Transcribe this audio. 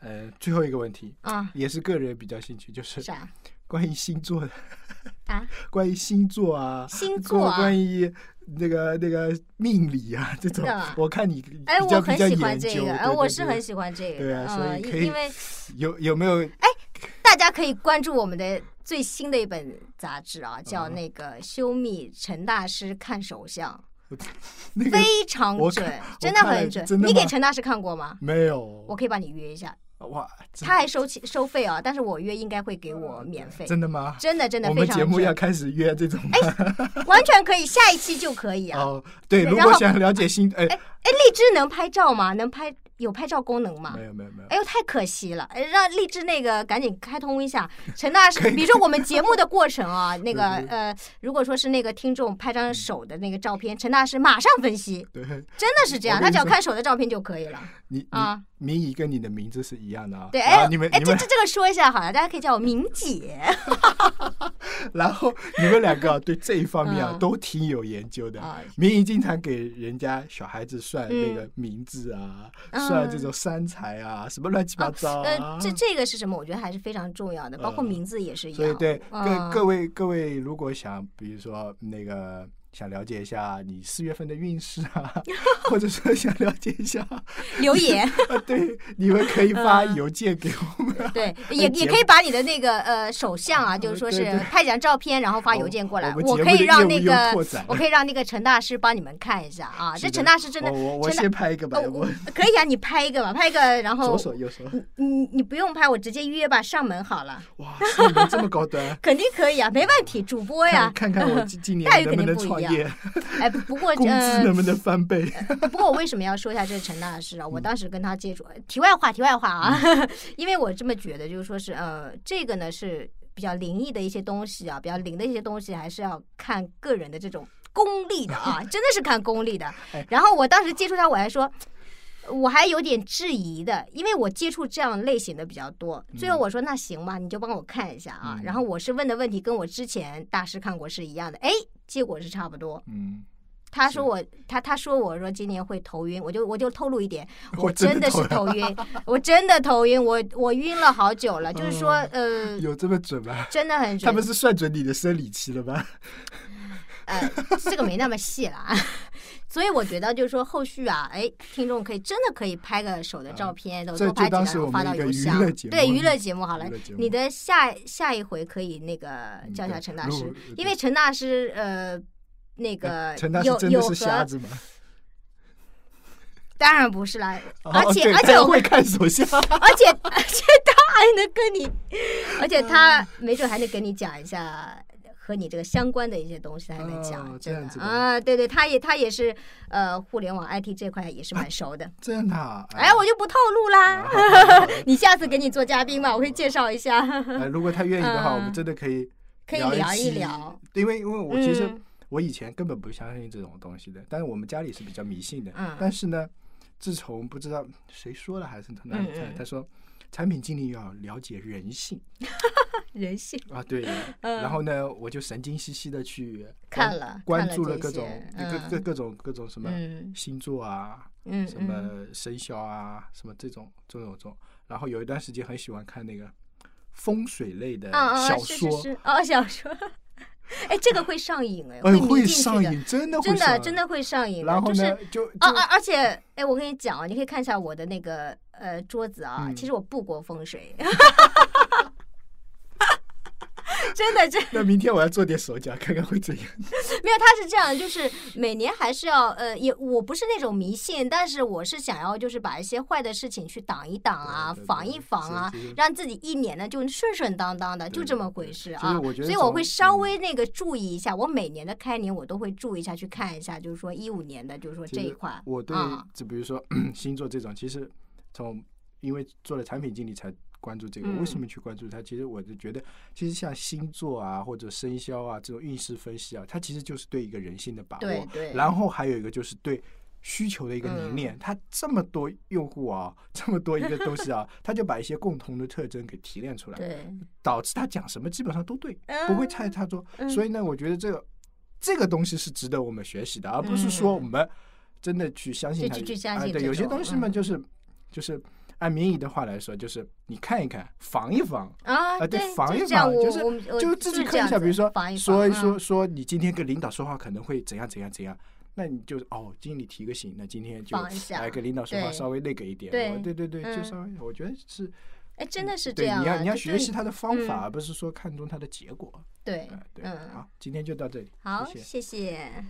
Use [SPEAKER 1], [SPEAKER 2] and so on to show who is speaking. [SPEAKER 1] 呃，最后一个问题
[SPEAKER 2] 嗯，
[SPEAKER 1] 也是个人比较兴趣，就是
[SPEAKER 2] 啥
[SPEAKER 1] 关于星座的，
[SPEAKER 2] 啊？
[SPEAKER 1] 关于星座啊，
[SPEAKER 2] 星座啊
[SPEAKER 1] 关于那个那个命理啊这种
[SPEAKER 2] 真的啊，
[SPEAKER 1] 我看你
[SPEAKER 2] 哎，
[SPEAKER 1] 比
[SPEAKER 2] 我
[SPEAKER 1] 较
[SPEAKER 2] 很
[SPEAKER 1] 比较
[SPEAKER 2] 喜欢
[SPEAKER 1] 研
[SPEAKER 2] 这
[SPEAKER 1] 究，
[SPEAKER 2] 个，哎，
[SPEAKER 1] 对
[SPEAKER 2] 我
[SPEAKER 1] 对
[SPEAKER 2] 是
[SPEAKER 1] 对
[SPEAKER 2] 很喜欢这个，
[SPEAKER 1] 对啊所以
[SPEAKER 2] 嗯，
[SPEAKER 1] 可
[SPEAKER 2] 因
[SPEAKER 1] 以
[SPEAKER 2] 因为
[SPEAKER 1] 有有没有
[SPEAKER 2] 大家可以关注我们的最新的一本杂志啊，叫
[SPEAKER 1] 嗯
[SPEAKER 2] 那个《修密陈大师看手相》，
[SPEAKER 1] 那个
[SPEAKER 2] 非常
[SPEAKER 1] 我
[SPEAKER 2] 准
[SPEAKER 1] 看，
[SPEAKER 2] 真
[SPEAKER 1] 我
[SPEAKER 2] 的
[SPEAKER 1] 看
[SPEAKER 2] 很
[SPEAKER 1] 了
[SPEAKER 2] 准
[SPEAKER 1] 真。的
[SPEAKER 2] 你给
[SPEAKER 1] 吗
[SPEAKER 2] 陈大师看过吗？
[SPEAKER 1] 没有？
[SPEAKER 2] 我可以帮你约一下，
[SPEAKER 1] 哇，真
[SPEAKER 2] 他还收钱收费啊，但是我约应该会给我免费，
[SPEAKER 1] 真的吗？
[SPEAKER 2] 真的真的
[SPEAKER 1] 我
[SPEAKER 2] 非
[SPEAKER 1] 们
[SPEAKER 2] 常
[SPEAKER 1] 节目要
[SPEAKER 2] 准，
[SPEAKER 1] 开始约这种吗
[SPEAKER 2] 完全可以，下一期就可以啊。
[SPEAKER 1] 哦，对，
[SPEAKER 2] 对
[SPEAKER 1] 如
[SPEAKER 2] 然
[SPEAKER 1] 果
[SPEAKER 2] 后
[SPEAKER 1] 想了解星，哎，
[SPEAKER 2] 哎，荔枝能拍照吗？能拍有拍照功能吗
[SPEAKER 1] 没？有没有没有
[SPEAKER 2] 哎，呦，太可惜了！哎，让荔枝那个赶紧开通一下。陈大师
[SPEAKER 1] 可以，
[SPEAKER 2] 比如说我们节目的过程 啊，那个
[SPEAKER 1] 对对
[SPEAKER 2] 呃，如果说是那个听众拍张手的那个照片，陈大师马上分析，
[SPEAKER 1] 对
[SPEAKER 2] 真的是这样，
[SPEAKER 1] 我跟
[SPEAKER 2] 他
[SPEAKER 1] 你
[SPEAKER 2] 只要
[SPEAKER 1] 说
[SPEAKER 2] 看手的照片就可以了
[SPEAKER 1] 你你
[SPEAKER 2] 啊。
[SPEAKER 1] 明仪跟你的名字是一样的啊。
[SPEAKER 2] 对，
[SPEAKER 1] 然后
[SPEAKER 2] 哎，
[SPEAKER 1] 你们
[SPEAKER 2] 哎，
[SPEAKER 1] 你
[SPEAKER 2] 这
[SPEAKER 1] 们
[SPEAKER 2] 这这个说一下好了，大家可以叫我明姐。
[SPEAKER 1] 然后你们两个啊对这一方面啊
[SPEAKER 2] 嗯
[SPEAKER 1] 都挺有研究的
[SPEAKER 2] 啊。
[SPEAKER 1] 明仪经常给人家小孩子算
[SPEAKER 2] 嗯
[SPEAKER 1] 那个名字啊，
[SPEAKER 2] 嗯
[SPEAKER 1] 算这种三才啊，什么乱七八糟啊
[SPEAKER 2] 呃，。这这个是什么？我觉得还是非常重要的，包括
[SPEAKER 1] 嗯
[SPEAKER 2] 名字也是一
[SPEAKER 1] 所以
[SPEAKER 2] 样。
[SPEAKER 1] 对各
[SPEAKER 2] 嗯
[SPEAKER 1] 各位各位，如果想比如说那个。想了解一下你四月份的运势啊， 或者说想了解一下，啊，
[SPEAKER 2] 留言，
[SPEAKER 1] 对，你们可以发
[SPEAKER 2] 嗯
[SPEAKER 1] 邮件给我们啊，
[SPEAKER 2] 对，也
[SPEAKER 1] 节
[SPEAKER 2] 也
[SPEAKER 1] 目嗯
[SPEAKER 2] 可以把你的那个呃手相啊，就是说
[SPEAKER 1] 对
[SPEAKER 2] 是
[SPEAKER 1] 对哦
[SPEAKER 2] 拍几张照片，然后 发邮件过
[SPEAKER 1] 我
[SPEAKER 2] 来，
[SPEAKER 1] 们
[SPEAKER 2] 我
[SPEAKER 1] 节
[SPEAKER 2] 可
[SPEAKER 1] 目
[SPEAKER 2] 以
[SPEAKER 1] 的业
[SPEAKER 2] 让
[SPEAKER 1] 务
[SPEAKER 2] 那
[SPEAKER 1] 又
[SPEAKER 2] 个
[SPEAKER 1] 拓 展
[SPEAKER 2] 我可以让那个陈大师帮你们看一下啊。
[SPEAKER 1] 是
[SPEAKER 2] 这
[SPEAKER 1] 的
[SPEAKER 2] 陈大师真的哦
[SPEAKER 1] 我，我我
[SPEAKER 2] 陈大
[SPEAKER 1] 先拍一个吧，
[SPEAKER 2] 呃
[SPEAKER 1] 我
[SPEAKER 2] 可以啊，你拍一个吧，拍一个，然后
[SPEAKER 1] 左手右手，
[SPEAKER 2] 你你不用拍，我直接约吧，上门好了，，
[SPEAKER 1] 哇，是你们这么高端
[SPEAKER 2] 肯定可以啊，没问题，主播呀
[SPEAKER 1] 看，看看我今今年
[SPEAKER 2] 啊待遇
[SPEAKER 1] 能不
[SPEAKER 2] 肯定
[SPEAKER 1] 能
[SPEAKER 2] 不
[SPEAKER 1] 创
[SPEAKER 2] 一样
[SPEAKER 1] 业，
[SPEAKER 2] 哎，不不过
[SPEAKER 1] 工资能
[SPEAKER 2] 呃，
[SPEAKER 1] 不能翻倍？
[SPEAKER 2] 不过我为什么要说一下这个陈大师啊？我
[SPEAKER 1] 嗯
[SPEAKER 2] 当时跟他接触，题外话，题外话啊， 因为我这么觉得，就是说是呃，这个呢是比较灵异的一些东西啊，比较灵的一些东西，还是要看个人的这种功力的 啊，真的是看功力的
[SPEAKER 1] 哎。
[SPEAKER 2] 然后我当时接触他，我还说。我还有点质疑的，因为我接触这样类型的比较多。最后我说那行吧，你就帮我看一下啊。
[SPEAKER 1] 嗯
[SPEAKER 2] 然后我是问的问题跟我之前大师看过是一样的，哎，结果是差不多。
[SPEAKER 1] 嗯，
[SPEAKER 2] 他
[SPEAKER 1] 是
[SPEAKER 2] 说我他他说我说今年会头晕，我就我就透露一点，
[SPEAKER 1] 我
[SPEAKER 2] 我
[SPEAKER 1] 真
[SPEAKER 2] 真
[SPEAKER 1] 的
[SPEAKER 2] 的
[SPEAKER 1] 头
[SPEAKER 2] 是头晕，我真的头晕，我我晕了好久了，就是说呃，
[SPEAKER 1] 有这么准吗？
[SPEAKER 2] 真的很
[SPEAKER 1] 嗯他
[SPEAKER 2] 准
[SPEAKER 1] 们，是算准你的生理期了吧？
[SPEAKER 2] 呃，这个没那么细了啊。 所以我觉得就是说，后续啊，哎，听众可以真的可以拍个手的照片，都
[SPEAKER 1] 啊这
[SPEAKER 2] 多拍
[SPEAKER 1] 就
[SPEAKER 2] 几
[SPEAKER 1] 当
[SPEAKER 2] 张，
[SPEAKER 1] 是
[SPEAKER 2] 然
[SPEAKER 1] 我
[SPEAKER 2] 后
[SPEAKER 1] 们
[SPEAKER 2] 发到
[SPEAKER 1] 一个
[SPEAKER 2] 邮
[SPEAKER 1] 娱
[SPEAKER 2] 箱
[SPEAKER 1] 乐节。
[SPEAKER 2] 对
[SPEAKER 1] 目
[SPEAKER 2] 娱乐节目好了
[SPEAKER 1] 娱乐节，目
[SPEAKER 2] 你的下下一回可以那个
[SPEAKER 1] 嗯
[SPEAKER 2] 叫一下
[SPEAKER 1] 对
[SPEAKER 2] 陈大
[SPEAKER 1] 如
[SPEAKER 2] 师
[SPEAKER 1] 果，
[SPEAKER 2] 因为陈大师呃那个
[SPEAKER 1] 哎 陈大师
[SPEAKER 2] 呃有
[SPEAKER 1] 真的
[SPEAKER 2] 有
[SPEAKER 1] 是瞎
[SPEAKER 2] 和
[SPEAKER 1] 子吗？
[SPEAKER 2] 当然不是啦，
[SPEAKER 1] 哦
[SPEAKER 2] 而且
[SPEAKER 1] 对
[SPEAKER 2] 而
[SPEAKER 1] 他
[SPEAKER 2] 且
[SPEAKER 1] 又
[SPEAKER 2] 我
[SPEAKER 1] 会看手 相，
[SPEAKER 2] 而且而且他还能跟你，而且他没准还能跟你讲一下和你这个相关的一些东西，还能讲，
[SPEAKER 1] 哦这
[SPEAKER 2] 真
[SPEAKER 1] 样子
[SPEAKER 2] 的
[SPEAKER 1] 的
[SPEAKER 2] 啊，对对，他也他也是呃，互联网 IT 这块也是蛮熟的。
[SPEAKER 1] 真的啊。
[SPEAKER 2] 哎，我就不透露啦
[SPEAKER 1] 啊哎好好好好，
[SPEAKER 2] 你下次给你做嘉宾吧，我会介绍一下，
[SPEAKER 1] 呃，如果他愿意的话，
[SPEAKER 2] 嗯
[SPEAKER 1] 我们真的可以
[SPEAKER 2] 可以
[SPEAKER 1] 聊
[SPEAKER 2] 聊一
[SPEAKER 1] 期
[SPEAKER 2] 聊。
[SPEAKER 1] 因为因为我其实
[SPEAKER 2] 嗯
[SPEAKER 1] 我以前根本不相信这种东西的，但是我们家里是比较迷信的。
[SPEAKER 2] 嗯
[SPEAKER 1] 但是呢，自从不知道谁说了还是从哪里
[SPEAKER 2] 嗯
[SPEAKER 1] 看，
[SPEAKER 2] 嗯
[SPEAKER 1] 他说产品经理要了解人性
[SPEAKER 2] 人性。
[SPEAKER 1] 啊， 对。
[SPEAKER 2] 嗯
[SPEAKER 1] 然后呢，我就神经兮兮的去
[SPEAKER 2] 看了
[SPEAKER 1] 关
[SPEAKER 2] 看了
[SPEAKER 1] 注了
[SPEAKER 2] 这
[SPEAKER 1] 各种
[SPEAKER 2] 些
[SPEAKER 1] 各各
[SPEAKER 2] 嗯
[SPEAKER 1] 各种各种什么
[SPEAKER 2] 嗯
[SPEAKER 1] 星座啊，
[SPEAKER 2] 嗯
[SPEAKER 1] 什
[SPEAKER 2] 嗯，
[SPEAKER 1] 么生肖啊，什么这种这种这种。然后有一段时间很喜欢看那个风水类的
[SPEAKER 2] 啊啊，
[SPEAKER 1] 呃小
[SPEAKER 2] 啊是是
[SPEAKER 1] 说，
[SPEAKER 2] 是，哦，小说。 哎，这个会上瘾哎，
[SPEAKER 1] 哎，
[SPEAKER 2] 迷
[SPEAKER 1] 会
[SPEAKER 2] 进去
[SPEAKER 1] 上
[SPEAKER 2] 的
[SPEAKER 1] 瘾，真的
[SPEAKER 2] 真
[SPEAKER 1] 会上
[SPEAKER 2] 的
[SPEAKER 1] 瘾
[SPEAKER 2] 真。的会上瘾的，
[SPEAKER 1] 然后
[SPEAKER 2] 就是
[SPEAKER 1] 呢，就
[SPEAKER 2] 啊
[SPEAKER 1] 就
[SPEAKER 2] 啊！而且，哎，我跟你讲啊，你可以看一下我的那个呃桌子啊，
[SPEAKER 1] 嗯
[SPEAKER 2] 其实我布过风水， 真的，这
[SPEAKER 1] 那明天我要做点手脚，看看会怎样。
[SPEAKER 2] 没有，他是这样，就是每年还是要呃，也我不是那种迷信，但是我是想要就是把一些坏的事情去挡一挡啊
[SPEAKER 1] 对对，对
[SPEAKER 2] 防一防啊
[SPEAKER 1] 是是，
[SPEAKER 2] 让自己一年呢就顺顺当当的，
[SPEAKER 1] 对
[SPEAKER 2] 就这么回事
[SPEAKER 1] 就是
[SPEAKER 2] 啊。
[SPEAKER 1] 我觉得
[SPEAKER 2] 所以我
[SPEAKER 1] 从嗯
[SPEAKER 2] 会稍微那个注意一下，我每年的开年我都会注意一下去看一下，就是说一五年的，就是说
[SPEAKER 1] 其
[SPEAKER 2] 这一
[SPEAKER 1] 实
[SPEAKER 2] 块，
[SPEAKER 1] 我对
[SPEAKER 2] 啊，
[SPEAKER 1] 就比如说 星座这种，其实从因为做了产品经理才关注这个。
[SPEAKER 2] 嗯
[SPEAKER 1] 为什么去关注它？其实我就觉得，其实像星座啊或者生肖啊这种运势分析啊，它其实就是对一个人性的把
[SPEAKER 2] 对
[SPEAKER 1] 握。
[SPEAKER 2] 对。嗯
[SPEAKER 1] 然后还有一个就是对。需求的一个凝练，它这么多用户啊， 这么多一个东西啊，它就把一些共同的特征给提炼出来。
[SPEAKER 2] 对，
[SPEAKER 1] 导致他讲什么基本上都对，不会猜他说。
[SPEAKER 2] 嗯
[SPEAKER 1] 所以呢，我觉得这个这个东西是值得我们学习的，而不是说我们真的去相信
[SPEAKER 2] 嗯就
[SPEAKER 1] 他。
[SPEAKER 2] 去去相信
[SPEAKER 1] 哎对，
[SPEAKER 2] 这
[SPEAKER 1] 有些
[SPEAKER 2] 种
[SPEAKER 1] 东西嘛，
[SPEAKER 2] 嗯
[SPEAKER 1] 就是就是。按民以的话来说，就是你看一看，防一防。
[SPEAKER 2] 啊
[SPEAKER 1] 啊，对，防
[SPEAKER 2] 就
[SPEAKER 1] 一
[SPEAKER 2] 这样
[SPEAKER 1] 防，
[SPEAKER 2] 我
[SPEAKER 1] 就是
[SPEAKER 2] 我们我
[SPEAKER 1] 就自己
[SPEAKER 2] 呃这
[SPEAKER 1] 看一
[SPEAKER 2] 样
[SPEAKER 1] 下，
[SPEAKER 2] 子
[SPEAKER 1] 比如说
[SPEAKER 2] 防一防
[SPEAKER 1] 说一
[SPEAKER 2] 嗯
[SPEAKER 1] 说说你今天跟领导说话可能会怎样怎样怎样，那你就哦，经理提个醒，那今天就
[SPEAKER 2] 防一下
[SPEAKER 1] 来跟领导说话
[SPEAKER 2] 对
[SPEAKER 1] 稍微那个一点，
[SPEAKER 2] 对
[SPEAKER 1] 我对对对，就
[SPEAKER 2] 嗯
[SPEAKER 1] 稍微，我觉得是
[SPEAKER 2] 哎，真的是
[SPEAKER 1] 嗯
[SPEAKER 2] 这
[SPEAKER 1] 对，
[SPEAKER 2] 样啊，
[SPEAKER 1] 你要你要
[SPEAKER 2] 就
[SPEAKER 1] 学
[SPEAKER 2] 对
[SPEAKER 1] 习他的方法，
[SPEAKER 2] 嗯
[SPEAKER 1] 而不是说看重他的结果。
[SPEAKER 2] 对
[SPEAKER 1] 哎，对，
[SPEAKER 2] 嗯，
[SPEAKER 1] 好，今天就到这里，
[SPEAKER 2] 好，
[SPEAKER 1] 谢谢。
[SPEAKER 2] 谢谢